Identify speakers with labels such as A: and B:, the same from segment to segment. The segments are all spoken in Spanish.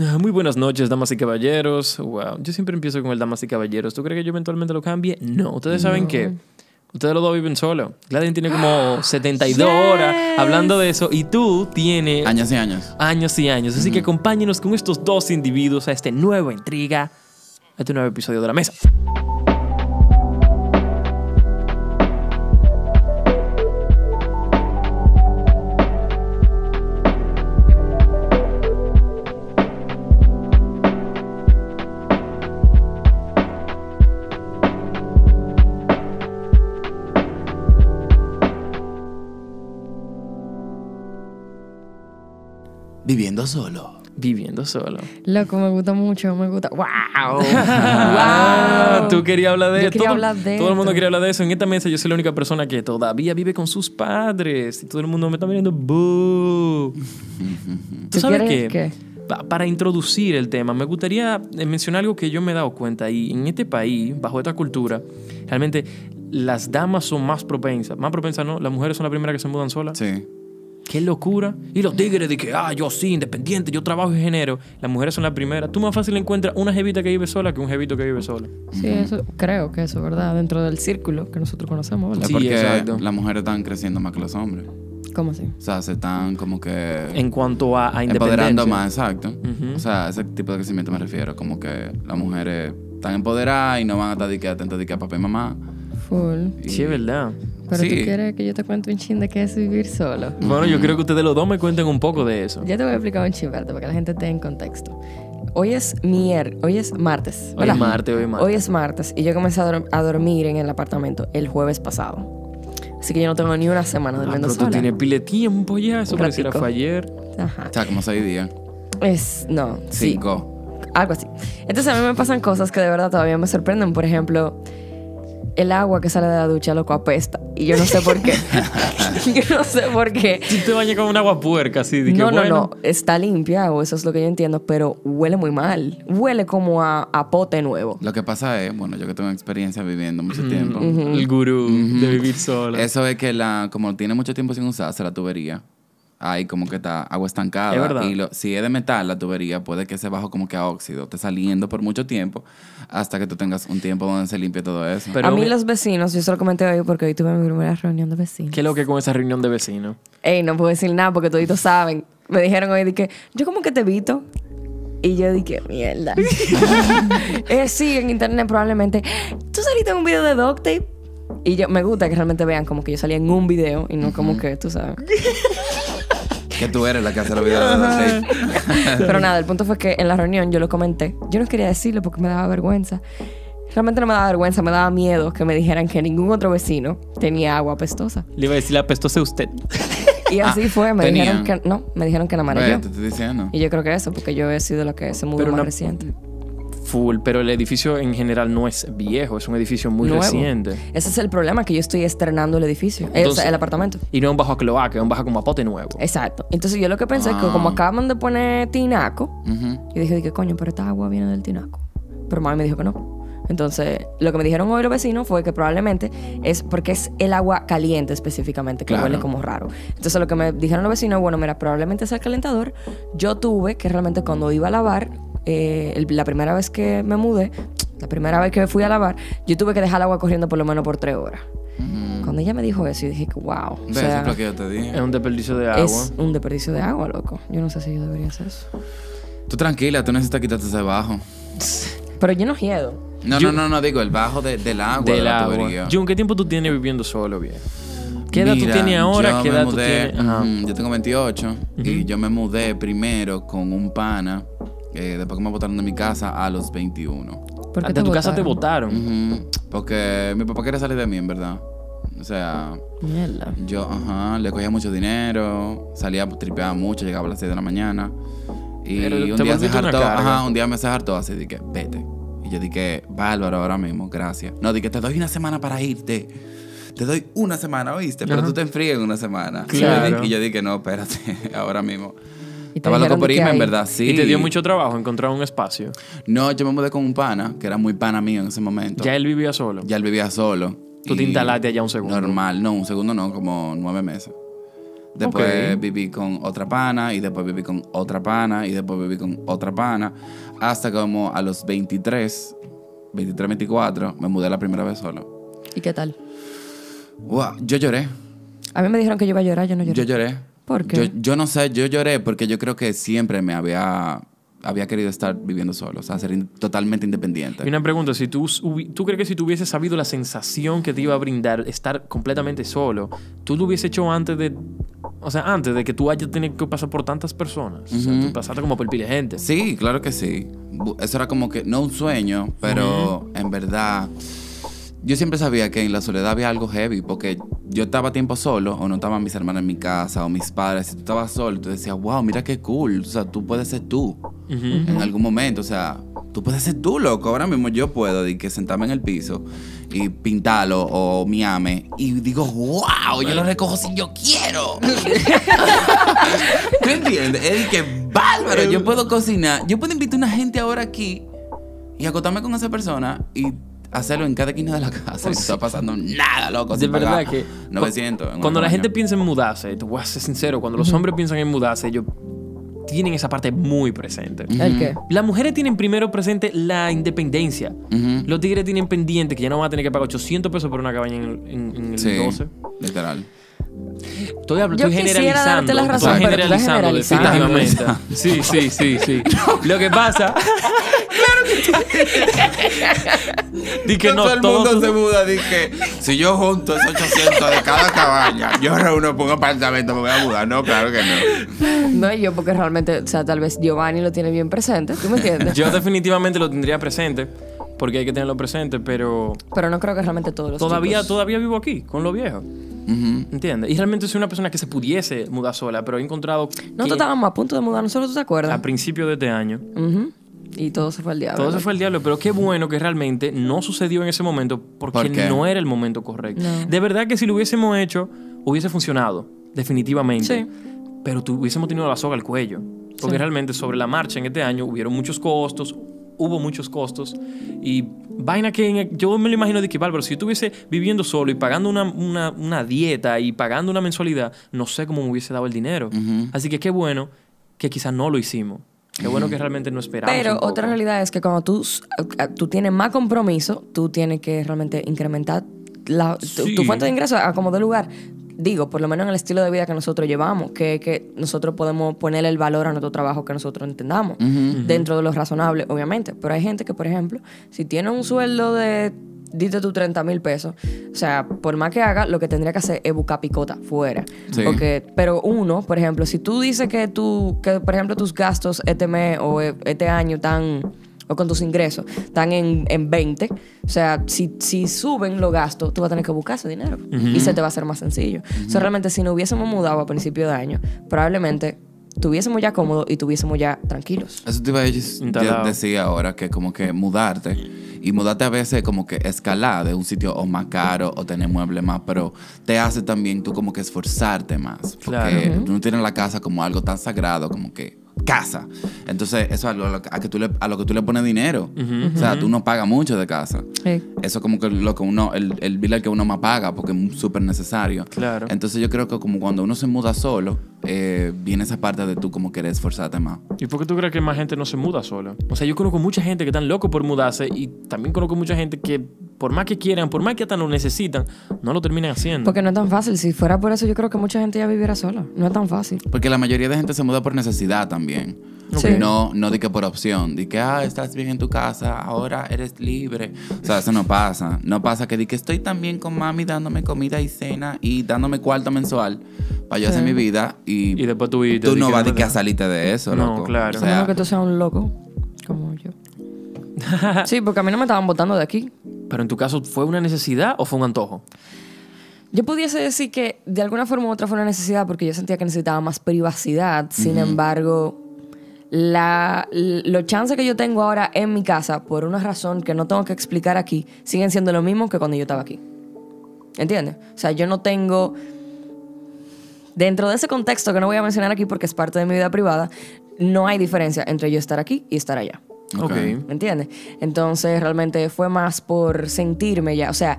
A: Ah, Muy buenas noches, damas y caballeros. Wow, yo siempre empiezo con el damas y caballeros. ¿Tú crees que yo eventualmente lo cambie? No, ustedes saben
B: No. ¡Ah!
A: que ustedes los dos viven solos. Gladys tiene como 72 horas
B: Yes.
A: hablando de eso y tú tienes
C: Años y años.
A: años y años. Así que acompáñenos con estos dos individuos a este nuevo intriga, a este nuevo episodio de La Mesa.
C: Viviendo solo.
A: Viviendo solo.
B: Loco, me gusta mucho, me gusta. ¡Wow!
A: Ah, tú querías hablar de
B: Yo
A: esto.
B: quería hablar de
A: Todo el mundo
B: esto.
A: quería hablar de eso. En esta mesa yo soy la única persona que todavía vive con sus padres. Y todo el mundo me está mirando. "Boo". ¿Tú
B: ¿Tú
A: sabes qué?
B: quieres
A: Pa- Para introducir el tema, me gustaría eh, mencionar algo que yo me he dado cuenta. Y en este país, bajo esta cultura, realmente las damas son más propensas. Más propensas, ¿no? Las mujeres son las primeras que se mudan solas.
C: Sí.
A: Qué locura. Y los tigres de que, ah, yo sí, independiente, yo trabajo y genero. Las mujeres son las primeras. Tú más fácil encuentras una jevita que vive sola que un jevito que vive sola.
B: Sí, eso, creo que eso, ¿verdad? Dentro del círculo que nosotros conocemos, ¿verdad?
C: Es
A: Sí,
C: porque
A: exacto.
C: las mujeres están creciendo más que los hombres.
B: ¿Cómo así?
C: O sea, se están como que
A: En cuanto a, a independencia.
C: empoderando más, exacto.
A: Ujú.
C: O sea, ese tipo de crecimiento me refiero. Como que las mujeres están empoderadas y no van a estar de que atentas de que a papá y mamá.
B: Full.
C: Y-
A: Sí, es verdad.
B: Pero
C: Sí.
B: tú quieres que yo te cuente un chin de qué es vivir solo.
A: Bueno, yo creo que ustedes los dos me cuenten un poco de eso. Ah,
B: Ya te voy a explicar un chin, ¿verdad? Para que la gente esté en contexto. Hoy es mier, hoy es martes.
A: Hoy
B: ¿verdad?
A: es martes, hoy es martes.
B: Hoy es martes y yo comencé a, dor- a dormir en el apartamento el jueves pasado. Así que yo no tengo ni una semana
A: Ah,
B: durmiendo
A: pero tú
B: sola.
A: tienes pile de tiempo ya. Eso
B: Un
A: pareciera
B: ratico.
A: fue ayer.
B: Ajá.
C: O sea, como seis días.
B: Es, no, sí.
C: Cinco.
B: algo así. Entonces a mí me pasan cosas que de verdad todavía me sorprenden. Por ejemplo, el agua que sale de la ducha, loco, apesta. Y yo no sé por qué. yo no sé por qué.
A: Tú te bañas con un agua puerca, así. de que,
B: No, no,
A: bueno,
B: no. Está limpia, o eso es lo que yo entiendo, pero huele muy mal. Huele como a, a pote nuevo.
C: Lo que pasa es, bueno, yo que tengo experiencia viviendo mucho tiempo.
A: El gurú de vivir sola.
C: Eso es que la, como tiene mucho tiempo sin usarse la tubería, ahí como que está agua estancada.
A: Es verdad.
C: Y lo- si es de metal la tubería, puede que se bajo como que a óxido, esté saliendo por mucho tiempo hasta que tú tengas un tiempo donde se limpie todo eso.
A: Pero-
B: a mí los vecinos, yo se lo comenté hoy porque hoy tuve mi primera reunión de vecinos.
A: ¿Qué es lo que con esa reunión de vecinos?
B: Ey, no puedo decir nada porque toditos saben. Me dijeron hoy, dije, yo como que te evito. Y yo dije, mierda. eh, sí, en internet probablemente. Tú saliste en un video de Dog Tape. Y yo, me gusta que realmente vean como que yo salí en un video y no como que, tú sabes.
C: que tú eres la que hace los videos de los tapes.
B: Pero nada, el punto fue que en la reunión yo lo comenté. Yo no quería decirlo porque me daba vergüenza. Realmente no me daba vergüenza, me daba miedo que me dijeran que ningún otro vecino tenía agua apestosa.
A: Le iba a decir, la apestose usted.
B: Y así fue, me
C: tenían.
B: dijeron que no, me dijeron que nada más era
C: Ve,
B: yo.
C: te estoy diciendo.
B: Y yo creo que eso, porque yo he sido la que se mudó
A: Pero
B: más
A: una-
B: reciente.
A: Full, pero el edificio en general no es viejo, es un edificio muy
B: Nuevo.
A: reciente.
B: Ese es el problema, que yo estoy estrenando el edificio, eh, o sea,
A: Entonces-
B: el apartamento.
A: Y no es un bajo a cloaca, es un bajo como a pote nuevo.
B: Exacto. Entonces yo lo que pensé es que
C: Ah.
B: como acaban de poner tinaco,
C: Ujú.
B: yo dije, dije, coño, pero esta agua viene del tinaco. Pero mami me dijo que no. Entonces, lo que me dijeron hoy los vecinos fue que probablemente es porque es el agua caliente específicamente, que
C: Claro.
B: huele como raro. Entonces, lo que me dijeron los vecinos, bueno, mira, probablemente es el calentador. Yo tuve que realmente cuando iba a lavar, eh, el- la primera vez que me mudé, la primera vez que fui a lavar, yo tuve que dejar el agua corriendo por lo menos por tres horas. Cuando ella me dijo eso, yo dije, que, wow.
C: Ve,
B: O
C: eso es
B: sea,
C: lo que yo te dije.
A: Es un desperdicio de agua.
B: es un desperdicio de agua, loco. Yo no sé si yo debería hacer eso.
C: Tú tranquila, tú necesitas quitarte ese bajo.
B: Pero yo no miedo.
C: No,
A: Yo-
C: no, no, no, digo, el bajo de- del agua de
A: del
C: la
A: agua.
C: tubería.
A: Jun, ¿qué tiempo tú tienes viviendo solo, viejo? ¿Qué edad tú
C: Mira,
A: tienes ahora?
C: yo
A: ¿Qué
C: me
A: edad tú
C: mudé,
A: tienes? Ajá.
C: ujú, Yo tengo 28 y yo me mudé primero con un pana, eh, después que me botaron de mi casa a los 21.
B: ¿Por qué
A: Ah, de
B: te
A: tu casa te
B: botaron?
A: votaron.
C: Ujú, Porque mi papá quería salir de mí, en verdad. O sea,
B: Mierda.
C: yo, ajá, le cogía mucho dinero, salía, pues, tripeaba mucho, llegaba a las 6 de la mañana. Y
A: Pero
C: un
A: te
C: día se
A: volviste una
C: hartó,
A: carga.
C: ajá, un día me se hartó así, dije, vete. Y yo dije, bárbaro, ahora mismo, gracias. No, dije, te doy una semana para irte. Te doy una semana, ¿oíste? Pero tú te enfrías en una semana. Y yo
A: Claro.
C: di- Y yo dije, no, espérate, ahora mismo.
B: te
C: Estaba loco
B: dijeron
C: por
B: de que
C: irme, en
B: ahí.
C: verdad, sí.
A: Y te dio mucho trabajo encontrar un espacio.
C: No, yo me mudé con un pana, que era muy pana mío en ese momento.
A: Ya él vivía solo.
C: Ya él vivía solo.
A: Tú te
C: Y
A: instalaste allá un segundo.
C: Normal, no, un segundo no, como nueve meses. Después
A: Ok.
C: viví con otra pana y después viví con otra pana y después viví con otra pana. Hasta como a los 23, 23, 24, me mudé la primera vez solo.
B: ¿Y qué tal?
C: Guau, yo lloré.
B: A mí me dijeron que yo iba a llorar, yo no lloré.
C: Yo lloré.
B: ¿Por qué?
C: Yo, yo no sé, yo lloré porque yo creo que siempre me había, había querido estar viviendo solo, o sea, ser in- totalmente
A: Y
C: independiente.
A: una pregunta, si tú, hubi- tú crees que si tú hubieses sabido la sensación que te iba a brindar estar completamente solo, tú lo hubieses hecho antes de, o sea, antes de que tú hayas tenido que pasar por tantas personas. O sea, tú pasaste como por pila de gente.
C: Sí, claro que sí. Bu- Eso era como que, no un sueño, pero en verdad, yo siempre sabía que en la soledad había algo heavy, porque yo estaba tiempo solo, o no estaban mis hermanos en mi casa, o mis padres, si tú estabas solo, tú decías, wow, mira qué cool, o sea, tú puedes ser tú en algún momento, o sea, tú puedes ser tú, loco, ahora mismo yo puedo, de que sentarme en el piso y pintarlo o miame, y digo, wow, yo lo recojo si yo quiero. ¿Tú entiendes? Es que bárbaro. Yo puedo cocinar. Yo puedo invitar una gente ahora aquí y acotarme con esa persona y hacerlo en cada esquina de la casa. No está pasando nada, loco.
A: De
C: sin
A: verdad
C: pagar
A: que...
C: 900. en un
A: Cuando la
C: baño.
A: gente piensa en mudarse, te voy a ser sincero, cuando los hombres piensan en mudarse, ellos tienen esa parte muy presente.
B: ¿El qué?
A: Las mujeres tienen primero presente la independencia.
C: Ujú.
A: Los tigres tienen pendiente que ya no van a tener que pagar 800 pesos por una cabaña en el, en- en el
C: Sí,
A: 12.
C: literal.
A: Estoy, habl-
B: Yo
A: estoy
B: quisiera
A: generalizando.
B: darte la razón,
A: estoy
B: pero tú estás
A: generalizando,
B: generalizando.
A: definitivamente. Sí, sí, sí, sí. Lo que pasa. claro que Di que no,
C: todo el
A: todos
C: mundo
A: sus-
C: se muda. Dije, si yo junto esos 800 de cada cabaña, yo reúno por un apartamento, me voy a mudar. No, claro que no.
B: No, y yo porque realmente, o sea, tal vez Giovanni lo tiene bien presente, ¿tú me entiendes?
A: Yo definitivamente lo tendría presente, porque hay que tenerlo presente, pero
B: Pero no creo que realmente todos los
A: todavía,
B: chicos-
A: todavía vivo aquí, con lo viejo. ¿Entiendes? Y realmente soy una persona que se pudiese mudar sola, pero he encontrado.
B: Nosotros
A: que
B: estábamos a punto de mudarnos, solo tú te acuerdas.
A: A principio de este año.
B: Ujú. Y todo se fue al diablo.
A: Todo se fue al diablo, pero qué bueno que realmente no sucedió en ese momento porque
C: ¿Por qué?
A: no era el momento correcto.
B: No.
A: De verdad que si lo hubiésemos hecho, hubiese funcionado, definitivamente.
B: Sí.
A: Pero tu- hubiésemos tenido la soga al cuello. Porque
B: Sí.
A: realmente sobre la marcha en este año hubieron muchos costos, hubo muchos costos. Y vaina que en el- yo me lo imagino de que, Bárbaro, si yo estuviese viviendo solo y pagando una, una- una dieta y pagando una mensualidad, no sé cómo me hubiese dado el dinero. Así que qué bueno que quizás no lo hicimos. Qué bueno que realmente no esperamos.
B: Pero
A: un poco.
B: otra realidad es que cuando tú, s- a- tú tienes más compromiso, tú tienes que realmente incrementar la- tu-
A: Sí.
B: tu, fuente de ingreso a como de lugar. Digo, por lo menos en el estilo de vida que nosotros llevamos, que, que nosotros podemos poner el valor a nuestro trabajo que nosotros entendamos, dentro de lo razonable, obviamente. Pero hay gente que, por ejemplo, si tiene un sueldo de, dite tú 30 mil pesos, o sea, por más que haga, lo que tendría que hacer es buscar picota fuera.
C: Sí.
B: Porque que- pero uno, por ejemplo, si tú dices que tú, que por ejemplo tus gastos este mes o eh, este año están, o con tus ingresos, están en, en 20, o sea, si, si suben los gastos, tú vas a tener que buscar ese dinero y se te va a hacer más sencillo. O sea, realmente si no hubiésemos mudado a principio de año, probablemente estuviésemos ya cómodos y estuviésemos ya tranquilos.
C: Eso te iba a decir-
A: Instalado.
C: de- decir ahora, que como que mudarte. Y mudarte a veces como que escalar de un sitio o más caro o tener muebles más, pero te hace también tú como que esforzarte más. Porque
A: Claro.
C: tú no tienes la casa como algo tan sagrado como que casa. Entonces eso es algo a lo que, a que tú, le, a lo que tú le pones dinero. O sea, tú no pagas mucho de casa. Eso como que lo que uno, el, el bill al que uno más paga, porque es súper necesario.
A: Claro.
C: Entonces yo creo que como cuando uno se muda solo, eh, viene esa parte de tú como querer esforzarte más.
A: ¿Y por qué tú crees que más gente no se muda sola? O sea, yo conozco mucha gente que están loco por mudarse y también conozco mucha gente que por más que quieran, por más que hasta lo necesitan, no lo terminan haciendo.
B: Porque no es tan fácil. Si fuera por eso, yo creo que mucha gente ya viviera sola. No es tan fácil.
C: Porque la mayoría de gente se muda por necesidad también.
B: Sí.
C: No, no di que por opción, di que, ah, estás bien en tu casa, ahora eres libre. O sea, eso no pasa. No pasa que di que estoy también con mami dándome comida y cena y dándome cuarto mensual para yo hacer mi vida y,
A: Y después tú y te
C: tú
A: di
C: no
A: que
C: vas
A: no
C: di que
A: te-
C: a salirte de eso,
A: No,
C: loco.
A: claro.
C: O
B: A menos
C: sea,
B: que tú seas un loco como yo. Sí, porque a mí no me estaban votando de aquí.
A: Pero en tu caso, ¿fue una necesidad o fue un antojo?
B: Yo pudiese decir que de alguna forma u otra fue una necesidad porque yo sentía que necesitaba más privacidad. Sin embargo, la, l- los chances que yo tengo ahora en mi casa, por una razón que no tengo que explicar aquí, siguen siendo lo mismo que cuando yo estaba aquí. ¿Entiendes? O sea, yo no tengo... Dentro de ese contexto que no voy a mencionar aquí porque es parte de mi vida privada, no hay diferencia entre yo estar aquí y estar allá.
A: Ok.
C: Ok.
B: ¿Me entiendes? Entonces realmente fue más por sentirme ya. O sea,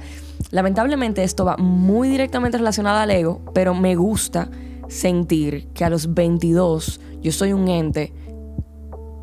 B: lamentablemente esto va muy directamente relacionado al ego, pero me gusta sentir que a los 22 yo soy un ente,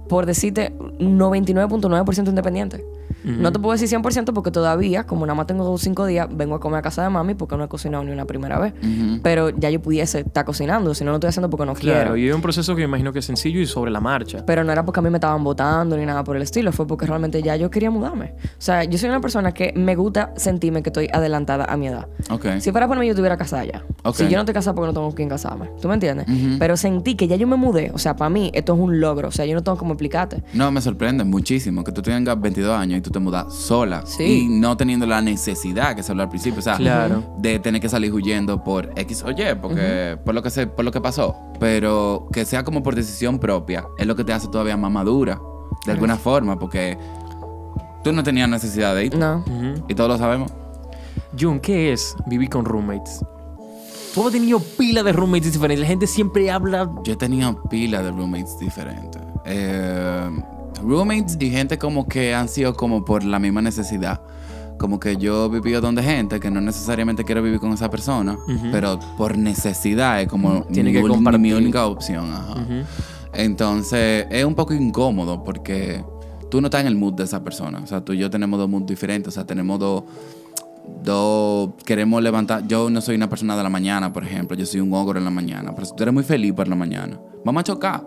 B: por decirte, 99.9% independiente. No te puedo decir 100% porque todavía, como nada más tengo cinco días, vengo a comer a casa de mami porque no he cocinado ni una primera vez. Pero ya yo pudiese estar cocinando, si no lo estoy haciendo porque no quiero.
A: Claro, y es un proceso que me imagino que es sencillo y sobre la marcha.
B: Pero no era porque a mí me estaban votando ni nada por el estilo, fue porque realmente ya yo quería mudarme. O sea, yo soy una persona que me gusta sentirme que estoy adelantada a mi edad.
C: Ok.
B: Si fuera por mí, yo estuviera casada ya.
C: Ok.
B: Si yo no estoy casada porque no tengo con quién casarme. ¿Tú me entiendes? Pero sentí que ya yo me mudé. O sea, para mí esto es un logro. O sea, yo no tengo cómo explicarte.
C: No, me sorprende muchísimo que tú tengas 22 años y tú te mudas sola.
B: Sí.
C: Y no teniendo la necesidad que se habló al principio. O sea,
A: Claro.
C: de tener que salir huyendo por X o Y, porque por, lo que se, por lo que pasó. Pero que sea como por decisión propia, es lo que te hace todavía más madura. De alguna forma, porque tú no tenías necesidad de ir.
B: No.
C: Y todos lo sabemos.
A: John, ¿qué es vivir con roommates? Tú has tenido pila de roommates diferentes. La gente siempre habla.
C: Yo tenía pila de roommates diferentes. Eh, roommates y gente como que han sido como por la misma necesidad. Como que yo he vivido donde gente que no necesariamente quiero vivir con esa persona, pero por necesidad es como
A: Tiene
C: mi,
A: que
C: ul-
A: compartir.
C: mi única opción. ajá. Entonces es un poco incómodo porque tú no estás en el mood de esa persona. O sea, tú y yo tenemos dos moods diferentes. O sea, tenemos dos dos queremos levantar. Yo no soy una persona de la mañana, por ejemplo. Yo soy un ogro en la mañana. Pero si tú eres muy feliz por la mañana, vamos a chocar.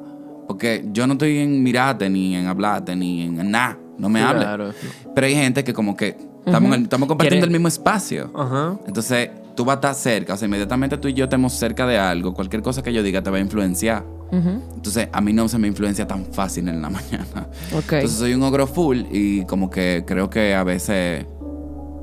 C: Porque yo no estoy en mirarte, ni en hablarte, ni en nada. No me hables.
A: Claro.
C: Pero hay gente que, como que estamos, en el- estamos compartiendo
A: Quiere-
C: el mismo espacio.
A: Ajá.
C: Entonces, tú vas a estar cerca. O sea, inmediatamente tú y yo estemos cerca de algo. Cualquier cosa que yo diga te va a influenciar. Entonces, a mí no se me influencia tan fácil en la mañana.
B: Ok.
C: Entonces soy un ogro full y como que creo que a veces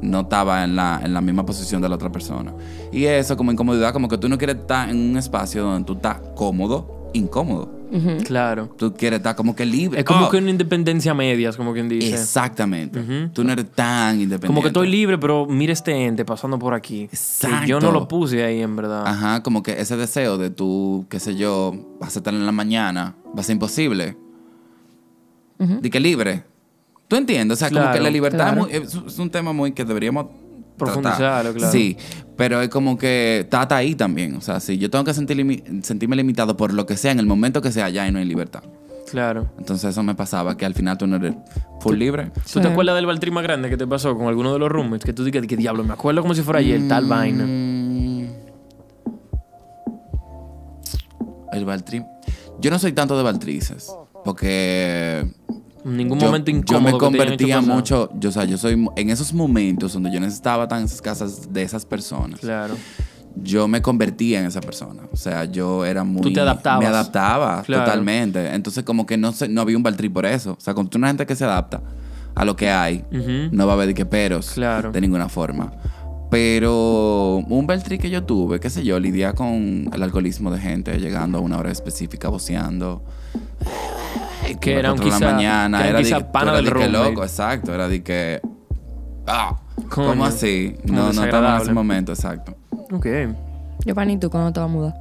C: no estaba en la, en la misma posición de la otra persona. Y eso como incomodidad, como que tú no quieres estar en un espacio donde tú estás cómodo, incómodo.
A: Claro.
C: Tú quieres estar como que libre.
A: Es como
C: Oh,
A: que una independencia a medias, como quien dice.
C: Exactamente. Tú no eres tan independiente.
A: Como que estoy libre, pero mira este ente pasando por aquí. Que yo no
C: Exacto.
A: lo puse ahí, en verdad.
C: Ajá, como que ese deseo de tú, qué sé yo, vas a estar en la mañana, va a ser imposible. De que libre. ¿Tú entiendes? O sea, como
A: Claro,
C: que la libertad
B: claro.
C: es, muy- es- es un tema muy que deberíamos
A: Profundizarlo,
C: tratar.
A: claro.
C: Sí, pero es como que está está ahí también. O sea, si yo tengo que sentir limi- sentirme limitado por lo que sea, en el momento que sea, ya y no hay libertad.
A: Claro.
C: Entonces eso me pasaba, que al final tú no eres full libre.
A: ¿Tú te acuerdas del Baltri más grande que te pasó con alguno de los roommates? Que tú dices, que diablo, me acuerdo como si fuera ayer, tal vaina.
C: Mm. El Baltri. Yo no soy tanto de Baltrices. Porque.
A: En ningún
C: yo-
A: momento
C: Yo
A: incómodo.
C: me
A: que te hayan hecho
C: convertía
A: pasar.
C: mucho. Yo, o sea, yo soy. En esos momentos donde yo necesitaba tan esas casas de esas personas.
A: Claro.
C: Yo me convertía en esa persona. O sea, yo era muy.
A: te adaptabas.
C: Me adaptaba
A: Claro.
C: totalmente. Entonces, como que no, se- no había un Baltri por eso. O sea, cuando tú una gente que se adapta a lo que hay,
A: Ujú.
C: no va a haber de que peros
A: Claro.
C: de ninguna forma. Pero un Beltri que yo tuve, qué sé yo, lidia con el alcoholismo de gente llegando a una hora específica, voceando.
A: Que eran
C: Cuatro de
A: quizá-
C: la mañana,
A: que eran
C: era de
A: quizá
C: que-
A: pana
C: era
A: del
C: de que
A: roommate.
C: loco, exacto, era de que ah,
A: Coño.
C: ¿cómo así?
A: Como
C: No, no estaba en
A: desagradable.
C: ese momento, exacto.
A: Ok.
B: Yo, pan, ¿y tú cuándo te vas a mudar?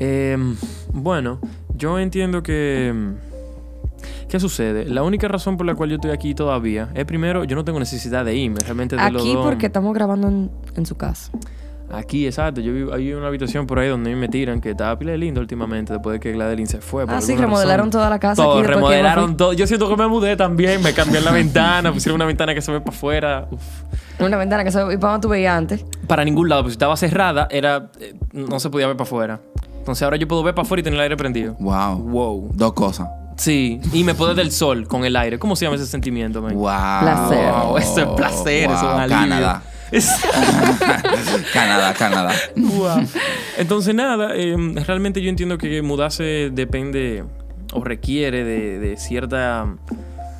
A: Em, bueno, yo entiendo que. em, ¿Qué sucede? La única razón por la cual yo estoy aquí todavía es primero, yo no tengo necesidad de irme realmente de los
B: Aquí
A: dos-
B: porque estamos grabando en, en su casa.
A: Eh, Aquí, exacto. Yo vivo, hay una habitación por ahí donde a mí me tiran que estaba pila de lindo últimamente después de que Gladeline se fue. por
B: Ah, sí,
A: alguna
B: remodelaron
A: razón.
B: toda la casa
A: Todo,
B: aquí después que yo me
A: remodelaron
B: fui.
A: todo. Yo siento que me mudé también. Me cambié la ventana, pusieron una ventana que se ve para afuera. Uf.
B: Una ventana que se ve. ¿Y para dónde tú veías antes?
A: Para ningún lado, pues si estaba cerrada, era, eh, no se podía ver para afuera. Entonces ahora yo puedo ver para afuera y tener el aire prendido.
C: Wow.
A: Wow.
C: Dos cosas.
A: Sí, y me puedo del sol con el aire. ¿Cómo se llama ese sentimiento, man?
C: Wow.
B: Placer.
A: Wow, eso es placer, eso es un
C: Wow,
A: alivio.
C: Canadá. Canadá, Canadá.
A: Wow. Entonces, nada, eh, realmente yo entiendo que mudarse depende o requiere de, de cierta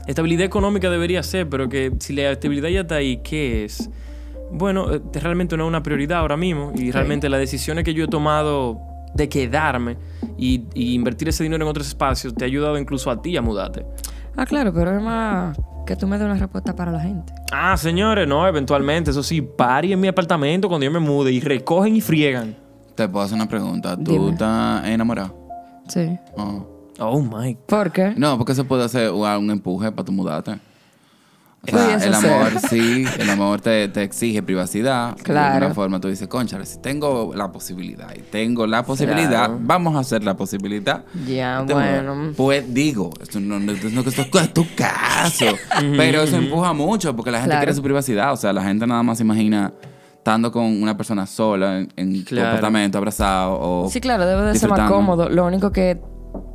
A: estabilidad económica, debería ser, pero que si la estabilidad ya está ahí, ¿qué es? Bueno, eh, realmente no es una prioridad ahora mismo y realmente las decisiones que yo he tomado de quedarme y, y invertir ese dinero en otros espacios te ha ayudado incluso a ti a mudarte.
B: Ah, claro, pero es más que tú me des una respuesta para la gente.
A: Ah, señores, no, eventualmente, eso sí, pari en mi apartamento cuando yo me mude y recogen y friegan.
C: Te puedo hacer una pregunta. ¿Tú
B: Dime.
C: estás enamorado?
B: Sí.
C: Oh.
A: Oh my
B: ¿Por qué?
C: No, porque se puede hacer un un empuje para tu mudarte. O sea,
B: Pudiese
C: el
B: ser.
C: amor sí, el amor te, te exige privacidad. De
B: Claro.
C: alguna forma tú dices, concha, si tengo la posibilidad y tengo la posibilidad,
B: Claro.
C: vamos a hacer la posibilidad.
B: Ya,
C: Este,
B: Ah, bueno.
C: Pues digo, esto no, no- esto no- esto es tu caso. pero eso empuja mucho porque la gente
B: Claro.
C: quiere su privacidad. O sea, la gente nada más se imagina estando con una persona sola en, en tu
A: Claro.
C: apartamento, abrazado o.
B: Sí, claro, debe de ser más
C: disfrutando.
B: cómodo. Lo único que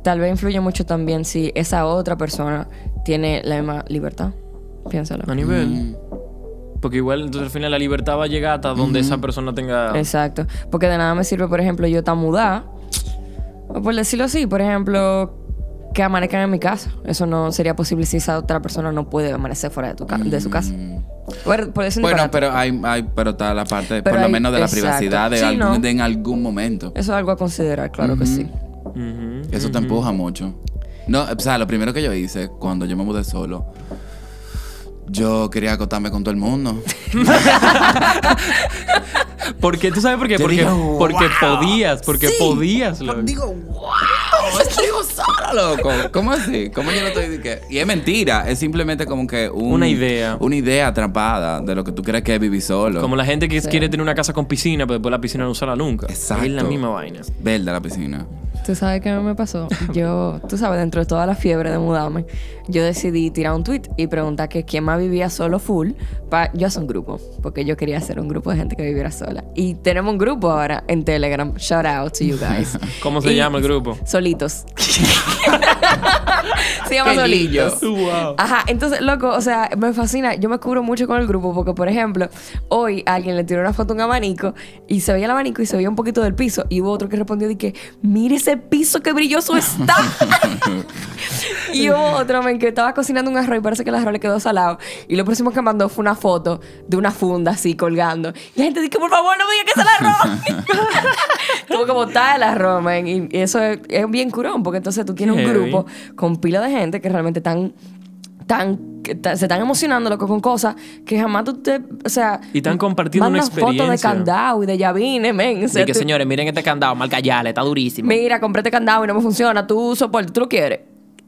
B: tal vez influye mucho también si esa otra persona tiene la misma libertad. Piénsalo.
A: A nivel. Porque igual, entonces al final la libertad va a llegar hasta donde esa persona tenga.
B: Exacto. Porque de nada me sirve, por ejemplo, yo estar mudada. O por decirlo así, por ejemplo, que amanezcan en mi casa. Eso no sería posible si esa otra persona no puede amanecer fuera de, tu ca- de su casa. Por, por decir
C: Mm.
B: un
C: Bueno,
B: disparate.
C: pero hay, hay- pero está la parte,
B: Pero
C: por lo
B: hay-
C: menos de la
B: exacto.
C: privacidad de,
B: Sí,
C: algún-
B: no.
C: de en algún momento.
B: Eso es algo a considerar, claro que sí.
A: Ujú.
C: Eso te empuja mucho. No, o sea, lo primero que yo hice cuando yo me mudé solo, yo quería acotarme con todo el mundo.
A: Porque, ¿tú sabes por qué?
C: Yo
A: Porque,
C: digo,
A: porque
C: "Wow".
A: podías, porque podías. loco.
C: Estoy solo, loco. ¿Cómo así? ¿Cómo yo no estoy de que- Y es mentira, es simplemente como que un-
A: Una idea.
C: Una idea atrapada de lo que tú crees que es vivir solo.
A: Como la gente que quiere tener una casa con piscina, pero después la piscina no usarla nunca.
C: Exacto.
A: Es la misma vaina.
C: Verde la piscina.
B: Tú sabes qué me pasó. Yo, tú sabes, dentro de toda la fiebre de mudarme, yo decidí tirar un tweet y preguntar que quién más vivía solo full. Pa yo hacer un grupo, porque yo quería hacer un grupo de gente que viviera sola. Y tenemos un grupo ahora en Telegram. Shout out to you guys.
A: ¿Cómo se
B: Y-
A: llama el grupo?
B: Solitos. se llama
C: Qué
B: Solitos.
C: lillo.
A: Wow.
B: Ajá, entonces, loco, o sea, me fascina. Yo me cubro mucho con el grupo porque, por ejemplo, hoy alguien le tiró una foto a un abanico y se veía el abanico y se veía un poquito del piso. Y hubo otro que respondió de que, mire ese piso, qué brilloso está. y hubo otro, men, que estaba cocinando un arroz y parece que el arroz le quedó salado. Y lo próximo que mandó fue una foto de una funda así colgando. Y la gente dice, por favor, no me digas que es el arroz. Tuvo que botar el arroz, men. Y y eso es, es bien curón porque entonces tú tienes
A: Qué
B: un
A: heavy.
B: grupo con pila de gente que realmente están tan que ta- se están emocionando loco con cosas que jamás tú te o sea
A: Y están compartiendo una
B: mandan fotos de
A: experiencia.
B: candado y de llavines men o sea,
A: Así que
B: tú-
A: señores, miren este candado, marca Yale, está durísimo.
B: mira compré este candado y no me funciona tú soporte tú lo quieres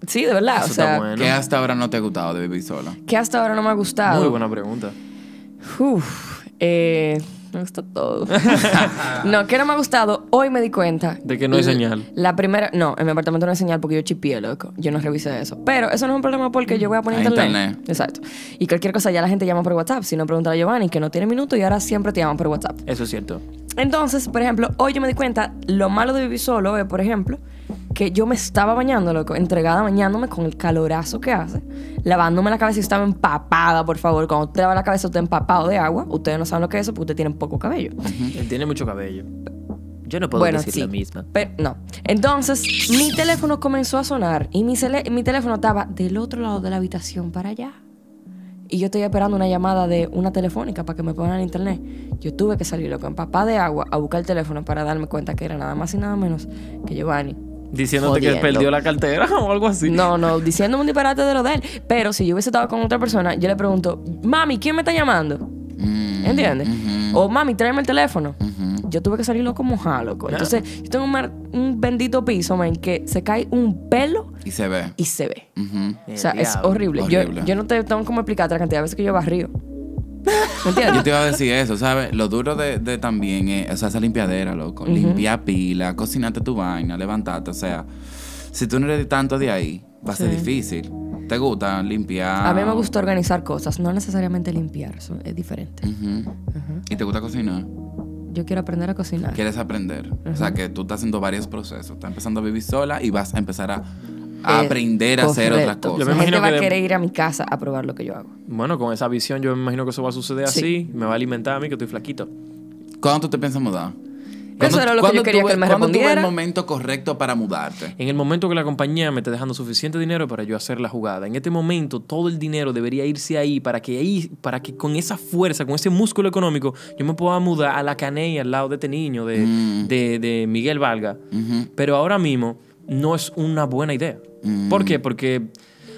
B: sí de verdad
A: Eso
B: o
A: está
B: sea
A: bueno.
C: ¿Qué hasta ahora no te ha gustado de vivir solo?
B: que hasta ahora no me ha gustado
A: Muy buena pregunta.
B: Uf, eh, me gusta todo no que no me ha gustado hoy me di cuenta
A: De que no hay
B: L-
A: señal.
B: la primera no en mi apartamento no hay señal porque yo chipié loco yo no revisé eso pero eso no es un problema porque yo voy a poner
C: Ah,
B: internet.
C: internet.
B: exacto y cualquier cosa ya la gente llama por WhatsApp si no preguntar a Giovanni que no tiene minuto y ahora siempre te llaman por WhatsApp
A: Eso es cierto.
B: entonces, por ejemplo, hoy yo me di cuenta, lo malo de vivir solo es, por ejemplo, que yo me estaba bañando, loco, entregada bañándome con el calorazo que hace, lavándome la cabeza y estaba empapada, por favor. Cuando usted lava la cabeza, usted empapado de agua. Ustedes no saben lo que es eso porque ustedes tienen poco cabello.
A: Él tiene mucho cabello. Yo no puedo decir
B: sí,
A: la misma.
B: Pero no. Entonces, mi teléfono comenzó a sonar y mi, cele- mi teléfono estaba del otro lado de la habitación para allá. Y yo estoy esperando una llamada de una telefónica para que me pongan en internet. Yo tuve que salir loco en papá de agua a buscar el teléfono para darme cuenta que era nada más y nada menos que Giovanni.
A: Diciéndote que
B: Jodiendo.
A: perdió la cartera o algo así.
B: No, no, diciéndome un disparate de lo de él. Pero si yo hubiese estado con otra persona, yo le pregunto, mami, ¿quién me está llamando?
C: Mm,
B: Mm-hmm, ¿Entiendes?
C: ujú,
B: O mami, tráeme el teléfono.
C: ujú.
B: Yo tuve que salirlo como mojado, loco. Entonces, yo tengo un, mar- un bendito piso, man, que se cae un pelo
C: Y se ve.
B: y se ve.
C: Ujú.
A: El
B: o sea, es
A: diablo.
B: horrible. Yo-
C: Horrible.
B: Yo, no te tengo como explicarte la cantidad de veces que yo barrío. ¿Me
C: Yo
B: entiendes?
C: te iba a decir eso, ¿sabes? Lo duro de, de también es, o sea, esa limpiadera, loco. Limpia pila, cocinate tu vaina, levantarte. O sea, si tú no eres de tanto de ahí, va a ser difícil. ¿Te gusta limpiar?
B: A mí me gusta organizar cosas, no necesariamente limpiar, eso es diferente.
C: Ujú. ¿Y te gusta cocinar?
B: Yo quiero aprender a cocinar.
C: ¿Quieres aprender? O sea, que tú estás haciendo varios procesos. Estás empezando a vivir sola y vas a empezar a, a
B: Eh,
C: aprender a hacer otras
B: correcto.
A: Yo
C: cosas.
A: me
B: La gente
A: imagino
B: va
A: que de-
B: a querer ir a mi casa a probar lo que yo hago.
A: Bueno, con esa visión yo me imagino que eso va a suceder así. Me va a alimentar a mí que estoy flaquito.
C: ¿Cuándo tú te piensas mudar? ¿Cuándo-
B: era lo que yo
C: cuándo
B: quería
C: tú ve-
B: que él me
C: ¿Cuándo tú ves el
B: respondiera?
C: momento correcto para mudarte?
A: En el momento que la compañía me esté dejando suficiente dinero para yo hacer la jugada, en este momento todo el dinero debería irse ahí para que ahí, para que con esa fuerza, con ese músculo económico, yo me pueda mudar a la caney al lado de este niño, de, de- de Miguel Valga. Pero ahora mismo no es una buena idea. ¿Por qué? Porque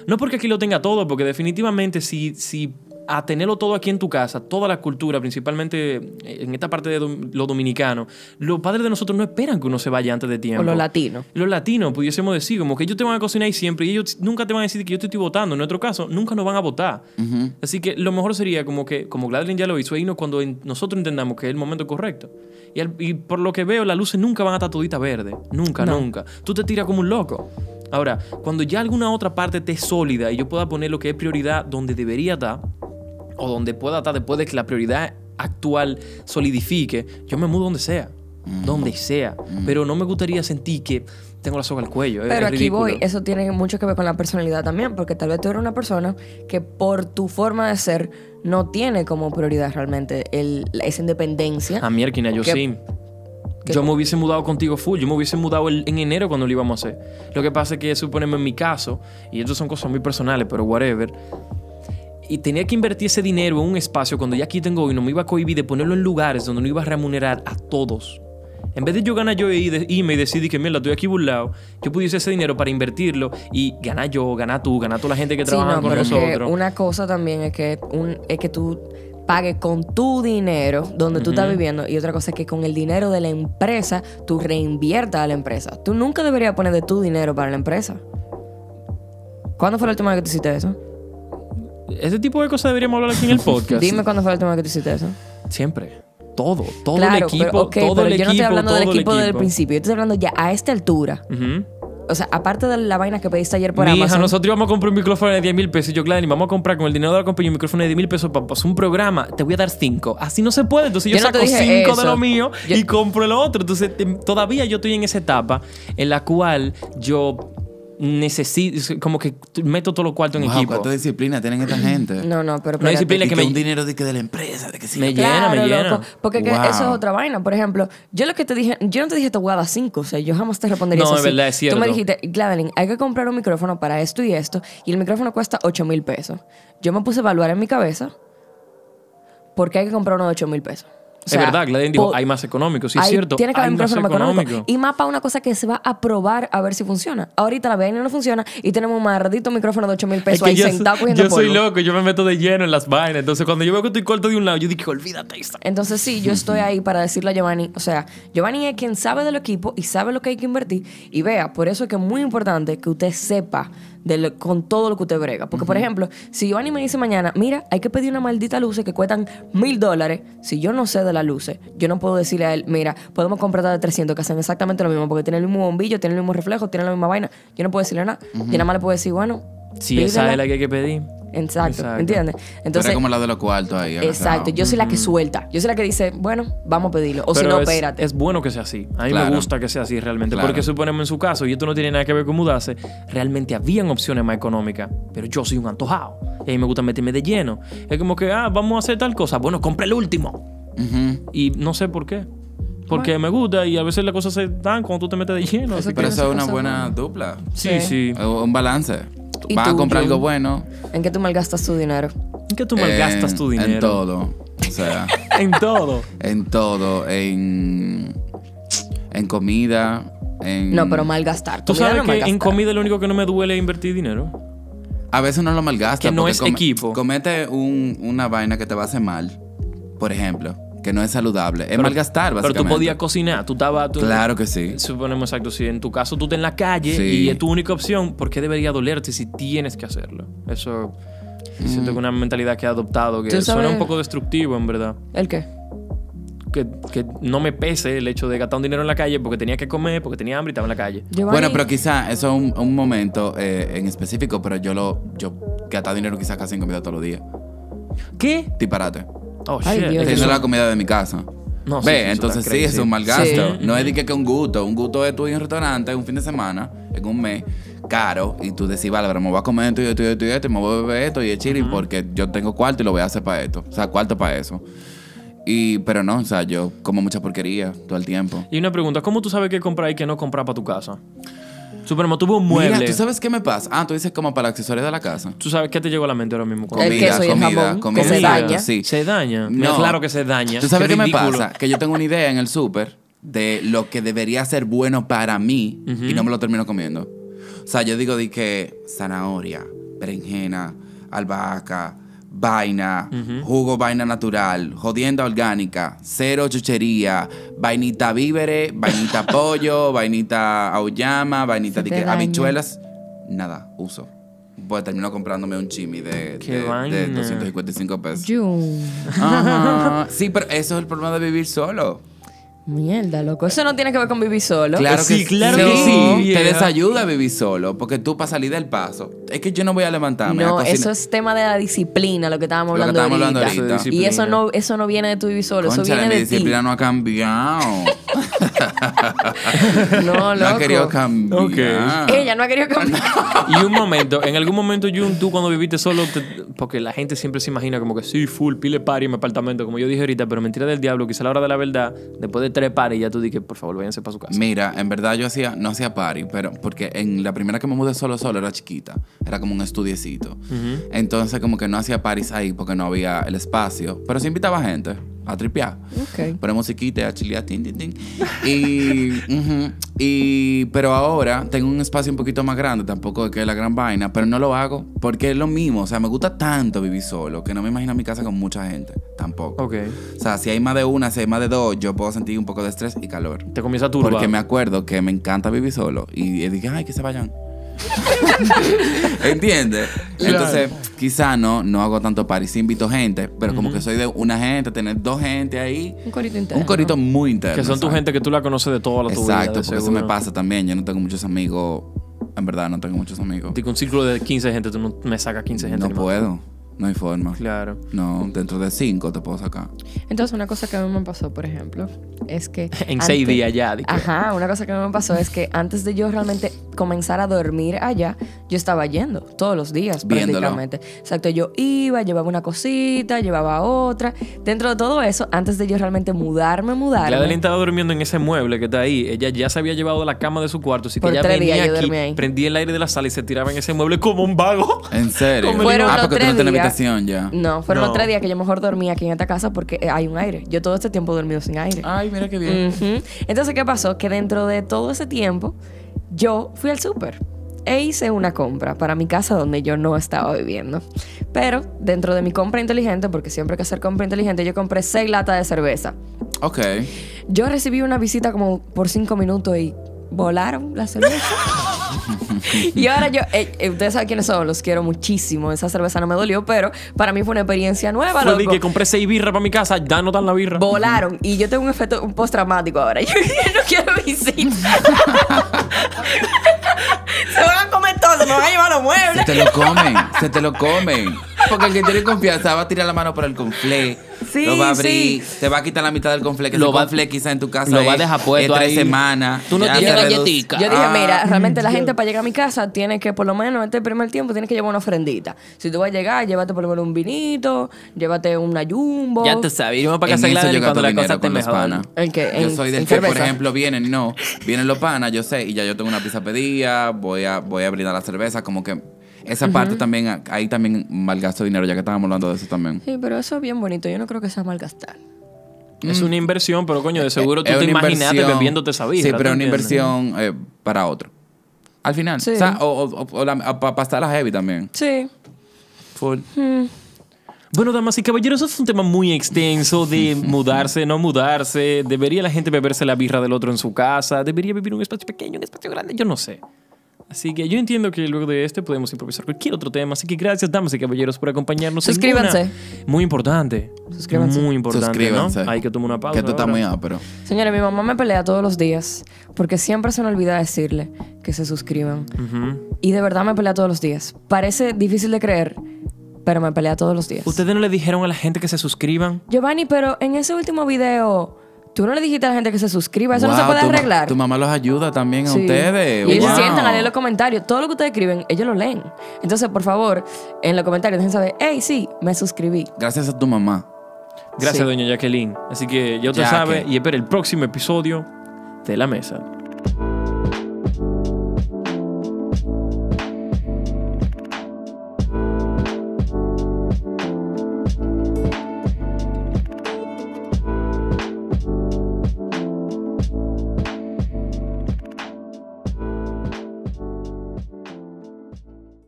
A: no porque aquí lo tenga todo, porque definitivamente si, si a tenerlo todo aquí en tu casa, toda la cultura, principalmente en esta parte de dom- lo dominicano, los padres de nosotros no esperan que uno se vaya antes de tiempo.
B: O lo latino.
A: Los latinos, pudiésemos decir, como que ellos te van a cocinar y siempre, y ellos nunca te van a decir que yo te estoy votando. En nuestro caso, nunca nos van a votar. Así que lo mejor sería como que, como Gladlin ya lo hizo, irnos cuando en- nosotros entendamos que es el momento correcto. Y, al- y por lo que veo, las luces nunca van a estar toditas verdes. Nunca, nunca. Tú te tiras como un loco. Ahora, cuando ya alguna otra parte esté sólida y yo pueda poner lo que es prioridad donde debería estar, o donde pueda estar después de que la prioridad actual solidifique, yo me mudo donde sea. Donde sea. Pero no me gustaría sentir que tengo la soga al cuello. Es-
B: Pero
A: es
B: aquí voy,
A: ridículo.
B: eso tiene mucho que ver con la personalidad también, porque tal vez tú eres una persona que por tu forma de ser no tiene como prioridad realmente el, la- esa independencia.
A: A Ah, mierda, yo
B: ¿Eh? ¿Qué-
A: sí.
B: qué-
A: Yo me hubiese mudado contigo full. Yo me hubiese mudado el- en enero cuando lo íbamos a hacer. Lo que pasa es que, suponemos, en mi caso, y esto son cosas muy personales, pero whatever. Y tenía que invertir ese dinero en un espacio cuando ya aquí tengo y no me iba a cohibir de ponerlo en lugares donde no iba a remunerar a todos. En vez de yo ganar yo y de- irme y decidir que mierda, estoy aquí burlado, yo pudiese ese dinero para invertirlo y ganar yo, ganar tú, ganar toda la gente que
B: Sí,
A: trabaja
B: no,
A: con
B: porque
A: nosotros.
B: una cosa también es que, un, es que tú pagues con tu dinero donde tú estás viviendo y otra cosa es que con el dinero de la empresa tú reinviertas a la empresa. Tú nunca deberías poner de tu dinero para la empresa. ¿Cuándo fue la última vez que tú hiciste eso?
A: Ese tipo de cosas deberíamos hablar aquí en el podcast.
B: Dime cuándo fue la última vez que tú hiciste eso.
A: Siempre. Todo. Todo el
B: claro,
A: equipo.
B: pero, ok,
A: todo
B: pero
A: el equipo.
B: yo no estoy hablando
A: todo
B: del equipo,
A: el
B: del
A: equipo.
B: principio. Yo estoy hablando ya a esta altura.
A: Ujú.
B: O sea, aparte de la vaina que pediste ayer por
A: Mi hija,
B: Amazon.
A: nosotros íbamos a comprar un micrófono de 10 mil pesos. Y yo, Gladys, vamos a comprar con el dinero de la compañía un micrófono de 10 mil pesos para hacer un programa. Te voy a dar 5. Así no se puede. Entonces yo,
B: Yo no te
A: saco
B: dije
A: 5 de
B: eso.
A: lo mío
B: Yo-
A: y compro el otro. Entonces te- todavía yo estoy en esa etapa en la cual yo necesito, como que meto todo lo cuarto en
C: Wow,
A: equipo.
C: cuánta disciplina tienen esta gente.
B: No, no, pero
A: No hay disciplina
B: espérate.
C: Y
A: que
C: que
A: me-
C: un dinero de que de la empresa, de que sí.
A: Me
C: que-
A: llena, me llena.
B: loco. Porque que
C: Wow.
B: eso es otra vaina. Por ejemplo, yo lo que te dije, yo no te dije te voy a dar cinco. O sea, yo jamás te
A: No,
B: respondería eso.
A: es
B: así.
A: verdad, es
B: Tú me
A: cierto.
B: dijiste, Gladeline, hay que comprar un micrófono para esto y esto. Y el micrófono cuesta 8 mil pesos. Yo me puse a evaluar en mi cabeza porque hay que comprar uno de 8 mil pesos. O sea,
A: es verdad, Gladys dijo,
B: po-
A: hay más económico. Sí, es
B: Ahí
A: cierto.
B: Tiene que haber
A: hay
B: un
A: más
B: micrófono más
A: económico.
B: económico. Y más para una cosa que se va a probar a ver si funciona. Ahorita la vaina no funciona y tenemos un maldito micrófono de 8 mil pesos
A: Es que
B: ahí
A: yo,
B: sentado
A: so-
B: cogiendo
A: yo soy
B: polvo.
A: loco, yo me meto de lleno en las vainas. Entonces, cuando yo veo que estoy corto de un lado, yo dije, olvídate, Isa.
B: Entonces sí, yo estoy ahí para decirle a Giovanni, o sea, Giovanni es quien sabe del equipo y sabe lo que hay que invertir y vea, por eso es que es muy importante que usted sepa de lo- con todo lo que usted brega. Porque, por ejemplo, si Giovanni me dice mañana, mira, hay que pedir una maldita luces que cuestan mil dólares, si yo no sé de las luces, yo no puedo decirle a él, mira, podemos comprar de 300 que hacen exactamente lo mismo, porque tienen el mismo bombillo, tienen el mismo reflejo, tienen la misma vaina, yo no puedo decirle nada, yo nada más le puedo decir, bueno,
A: Sí, esa
B: pídela.
A: es la que hay que pedir.
B: Exacto,
A: Exacto.
B: ¿entiendes?
C: Entonces, como la de los cuartos ahí. agarrado.
B: Exacto, yo soy la que suelta. Yo soy la que dice, bueno, vamos a pedirlo. O si
A: Pero
B: no,
A: es,
B: espérate.
A: es bueno que sea así. A mí me
C: Claro.
A: gusta que sea así realmente.
C: Claro.
A: Porque suponemos en su caso, y esto no tiene nada que ver con mudarse, realmente habían opciones más económicas. Pero yo soy un antojado. Y a mí me gusta meterme de lleno. Es como que, ah, vamos a hacer tal cosa. Bueno, compra el último.
C: Ujú.
A: Y no sé por qué. Porque me gusta y a veces las cosas se dan cuando tú te metes de lleno. así
C: Pero
A: que-
B: Tienes
C: eso es una
B: razón.
C: buena dupla.
A: sí, sí.
C: O Un balance.
B: ¿Y
C: Van a
B: tú,
C: comprar
B: John?
C: algo bueno. eh,
B: ¿En qué tú malgastas tu dinero?
A: ¿En qué tú malgastas
C: en-
A: tu dinero?
C: En todo. O sea,
A: En todo.
C: en todo. En, en comida. En,
B: No, pero malgastar.
A: Tú
B: Comida
A: sabes
B: no
A: que en
B: malgastar.
A: comida lo único que no me duele es invertir dinero.
C: A veces no lo malgasta.
A: Que no
C: porque
A: es equipo.
C: Comete un- una vaina que te va a hacer mal. Por ejemplo. Que no es saludable. Es
A: Pero-
C: malgastar,
A: Pero
C: básicamente.
A: tú podías cocinar, tú estabas. tú-
C: Claro que sí.
A: Suponemos exacto, si en tu caso tú estás en la calle
C: Sí.
A: y es tu única opción, ¿por qué debería dolerte si tienes que hacerlo? Eso yo
C: Mm.
A: siento que es una mentalidad que he adoptado que
B: Tú
A: suena
B: sabes-
A: un poco destructivo, en verdad.
B: ¿El qué?
A: Que, que no me pese el hecho de gastar un dinero en la calle porque tenía que comer, porque tenía hambre y estaba en la calle.
B: Giovanni,
C: Bueno, pero quizá eso es un, un momento eh, en específico, pero yo lo. Yo gasta dinero quizás casi en comida todos los días.
A: ¿Qué?
C: Disparate.
A: Oh, shit. Es
B: Ay, Dios.
A: que
C: Teniendo
A: eso-
C: la comida de mi casa.
A: No, sí,
C: Ve,
A: sí, eso
C: entonces
A: está
C: sí,
A: crazy.
C: es un mal gasto.
B: Sí.
C: No es de que, que un gusto. Un gusto es tú ir a un restaurante un fin de semana, en un mes, caro, y tú decís, vale, pero me voy a comer esto y esto y esto y esto, y me voy a beber esto y es chili, porque yo tengo cuarto y lo voy a hacer para esto. O sea, cuarto para eso. Y, pero no, o sea, yo como mucha porquería todo el tiempo.
A: Y una pregunta, ¿cómo tú sabes qué comprar y qué no comprar para tu casa? Suponemos, tuvo un mueble.
C: Mira, ¿tú sabes qué me pasa? Ah, tú dices como para accesorios de la casa.
A: ¿Tú sabes qué te llegó a la mente ahora mismo?
B: El queso y el jamón, que se
A: Comida,
B: daña.
C: sí.
A: Se daña. Mira, claro que se daña.
C: ¿Tú sabes
A: Qué
C: qué, me
A: ridículo.
C: pasa? Que yo tengo una idea en el súper de lo que debería ser bueno para mí y no me lo termino comiendo. O sea, yo digo de que zanahoria, berenjena, albahaca, vaina, jugo vaina natural, jodienda orgánica, cero chuchería, vainita víveres, vainita pollo, vainita auyama, vainita
B: Se
C: de
B: te
C: que
B: daña.
C: habichuelas, nada, uso. Pues termino comprándome un chimi de,
A: Qué
C: de- de
A: vaina.
C: 255 pesos.
B: Yum.
C: Ajá. Sí, pero eso es el problema de vivir solo.
B: Mierda, loco. Eso no tiene que ver con vivir solo.
C: Claro
A: Sí,
C: que
A: claro
C: sí.
A: que sí,
C: Te
A: vieja.
C: desayuda a vivir solo, porque tú para salir del paso. Es que yo no voy a levantarme. a
B: No,
C: cocinar.
B: eso es tema de la disciplina, lo que estábamos
C: Lo que
B: hablando
C: estábamos hablando
B: ahorita.
A: ahorita. Eso de
B: Y eso
A: disciplina.
B: no, eso no viene de tu vivir solo, eso
C: Cónchale,
B: viene
C: mi
B: de ti.
C: disciplina no ha cambiado.
B: No,
C: no ha querido
B: loco.
C: cambiar.
A: Ok.
B: Ella no ha querido cambiar.
A: Y un momento, en algún momento, Jun, tú cuando viviste solo, te- porque la gente siempre se imagina como que sí, full, pile party en mi apartamento, como yo dije ahorita, pero mentira del diablo, quizá a la hora de la verdad, después de tres pares, ya tú dije, por favor, váyanse para su casa.
C: Mira, en verdad yo hacía, no hacía party, pero porque en la primera que me mudé solo solo era chiquita, era como un estudiecito. Entonces como que no hacía parties ahí porque no había el espacio, pero sí invitaba gente a tripear.
B: Ok.
C: Poner musiquita, a chilear, tin, tin, tin. Y, ujú. y, pero ahora tengo un espacio un poquito más grande, tampoco es que es la gran vaina, pero no lo hago porque es lo mismo, o sea, me gusta tanto vivir solo que no me imagino mi casa con mucha gente, tampoco.
A: Ok.
C: O sea, si hay más de una, si hay más de dos, yo puedo sentir un poco de estrés y calor.
A: Te comienza a turbar.
C: Porque me acuerdo que me encanta vivir solo. Y dije, ay, que se vayan. ¿Entiendes? Entonces, quizá no, no hago tanto party. Sí invito gente, pero como que soy de una gente, tener dos gente ahí.
B: Un corito
C: Un
B: interno.
C: corito muy interno.
A: que son tu
C: ¿sabes?
A: gente que tú la conoces de toda la tu vida.
C: Exacto,
A: de
C: porque eso
A: seguro.
C: me pasa también. Yo no tengo muchos amigos. En verdad, no tengo muchos amigos.
A: Digo, un círculo de 15 gente, tú no me sacas 15 gente.
C: No
A: ni más.
C: puedo. No hay forma.
A: Claro.
C: No, dentro de cinco te puedo sacar.
B: Entonces, una cosa que a mí me pasó, por ejemplo, es que.
A: En seis días ya, dije.
B: Ajá, una cosa que a mí me pasó es que antes de yo realmente comenzar a dormir allá, yo estaba yendo todos los días
C: Viéndolo.
B: prácticamente. Exacto, yo iba, llevaba una cosita, llevaba otra. Dentro de todo eso, antes de yo realmente mudarme, mudarme.
A: Gladeline estaba durmiendo en ese mueble que está ahí. Ella ya se había llevado de la cama de su cuarto, así que
B: Por
A: ella
B: tres días
A: venía
B: yo
A: aquí,
B: dormí ahí.
A: prendía el aire de la sala y se tiraba en ese mueble como un vago.
C: ¿En serio?
A: Como
B: Fueron
C: ah,
B: los
C: porque
B: tres
C: tú no tienes
B: días.
C: habitación ya.
B: No, fueron
A: No.
B: los tres días que yo mejor dormía aquí en esta casa porque eh, hay un aire. Yo todo este tiempo he dormido sin aire.
C: Ay, mira qué bien.
B: Ujú. Entonces, ¿qué pasó? Que dentro de todo ese tiempo, yo fui al súper e hice una compra para mi casa donde yo no estaba viviendo. Pero dentro de mi compra inteligente, porque siempre hay que hacer compra inteligente, yo compré seis latas de cerveza.
C: Mm. Ok.
B: Yo recibí una visita como por cinco minutos y volaron la cerveza. y ahora yo, eh, eh, ustedes saben quiénes son, los quiero muchísimo. Esa cerveza no me dolió, pero para mí fue una experiencia nueva.
A: Fue de
B: loco.
A: que compré seis birras para mi casa, ya no dan la birra.
B: Volaron y yo tengo un efecto un postraumático ahora. Yo no quiero visitas. se van a comer todo, se me van a llevar los
C: Se
B: muebles.
C: te lo comen, se te lo comen. Porque el que tiene confianza va a tirar la mano por el conflé.
B: Sí,
C: lo va a abrir, te va a quitar la mitad del conflé. Que lo
A: va-
C: va a quizá en tu casa.
A: lo va a
C: es-
A: dejar puesto
C: es tres
A: ahí.
C: semanas.
A: Tú no
C: Ya
A: tienes
C: se reduce.
A: galletica.
B: Yo dije,
C: Ah,
B: mira, realmente la gente para llegar a mi casa tiene que, por lo menos, este primer tiempo, tienes que llevar una ofrendita. Si tú vas a llegar, llévate por lo menos un vinito, llévate una jumbo.
A: Ya te sabes, irme para
C: En
A: casa de
C: eso yo
A: Gladeline
C: gasto
A: cuando la
C: dinero
A: cosa te
C: con los
A: mejora.
C: panas.
B: ¿En qué?
C: Yo
B: ¿En-
C: soy del
B: en
C: que, por
B: cerveza?
C: ejemplo, vienen, no, vienen los panas, yo sé, y ya yo tengo una pizza pedida, voy a, voy a brindar la cerveza, como que esa parte también, ahí también malgasto dinero, ya que estábamos hablando de eso también.
B: Sí, pero eso es bien bonito. Yo no creo que sea malgastar.
A: Es una inversión, pero coño, de seguro tú
C: Mm. Eh, Es
A: te
C: una
A: imaginaste
C: inversión.
A: bebiéndote esa birra.
C: Sí,
A: ¿tú
C: pero una
A: entiendes?
C: inversión eh, para otro. Al final.
B: Sí.
C: O sea, o, o- o- o la- o pa- pasar la heavy también.
B: Sí. Hmm.
A: Bueno, damas y caballeros, eso es un tema muy extenso de mudarse, no mudarse. ¿Debería la gente beberse la birra del otro en su casa? ¿Debería vivir en un espacio pequeño, un espacio grande? Yo no sé. Así que yo entiendo que luego de este podemos improvisar cualquier otro tema. Así que gracias, damas y caballeros, por acompañarnos. en
B: Suscríbanse.
A: una- Muy importante.
B: Suscríbanse.
A: Muy importante.
C: Suscríbanse.
A: ¿no? Hay que tomar una pausa.
C: Que tú estás
A: ahora.
C: muy ápero.
B: Señores, mi mamá me pelea todos los días porque siempre se me olvida decirle que se suscriban.
A: Ujú.
B: Y de verdad me pelea todos los días. Parece difícil de creer, pero me pelea todos los días.
A: ¿Ustedes no le dijeron a la gente que se suscriban?
B: Giovanni, pero en ese último video, tú no le dijiste a la gente que se suscriba. Eso no se
C: Wow,
B: puede
C: tu ma-
B: arreglar.
C: Tu mamá los ayuda también
B: Sí.
C: a ustedes.
B: Y ellos
C: Wow.
B: se sientan a leer los comentarios. Todo lo que ustedes escriben, ellos lo leen. Entonces, por favor, en los comentarios dejen saber, hey, sí, me suscribí.
C: Gracias a tu mamá.
A: Gracias,
B: Sí.
A: doña Jacqueline. Así que ya usted
C: Jaque.
A: sabe y espera el próximo episodio de La Mesa.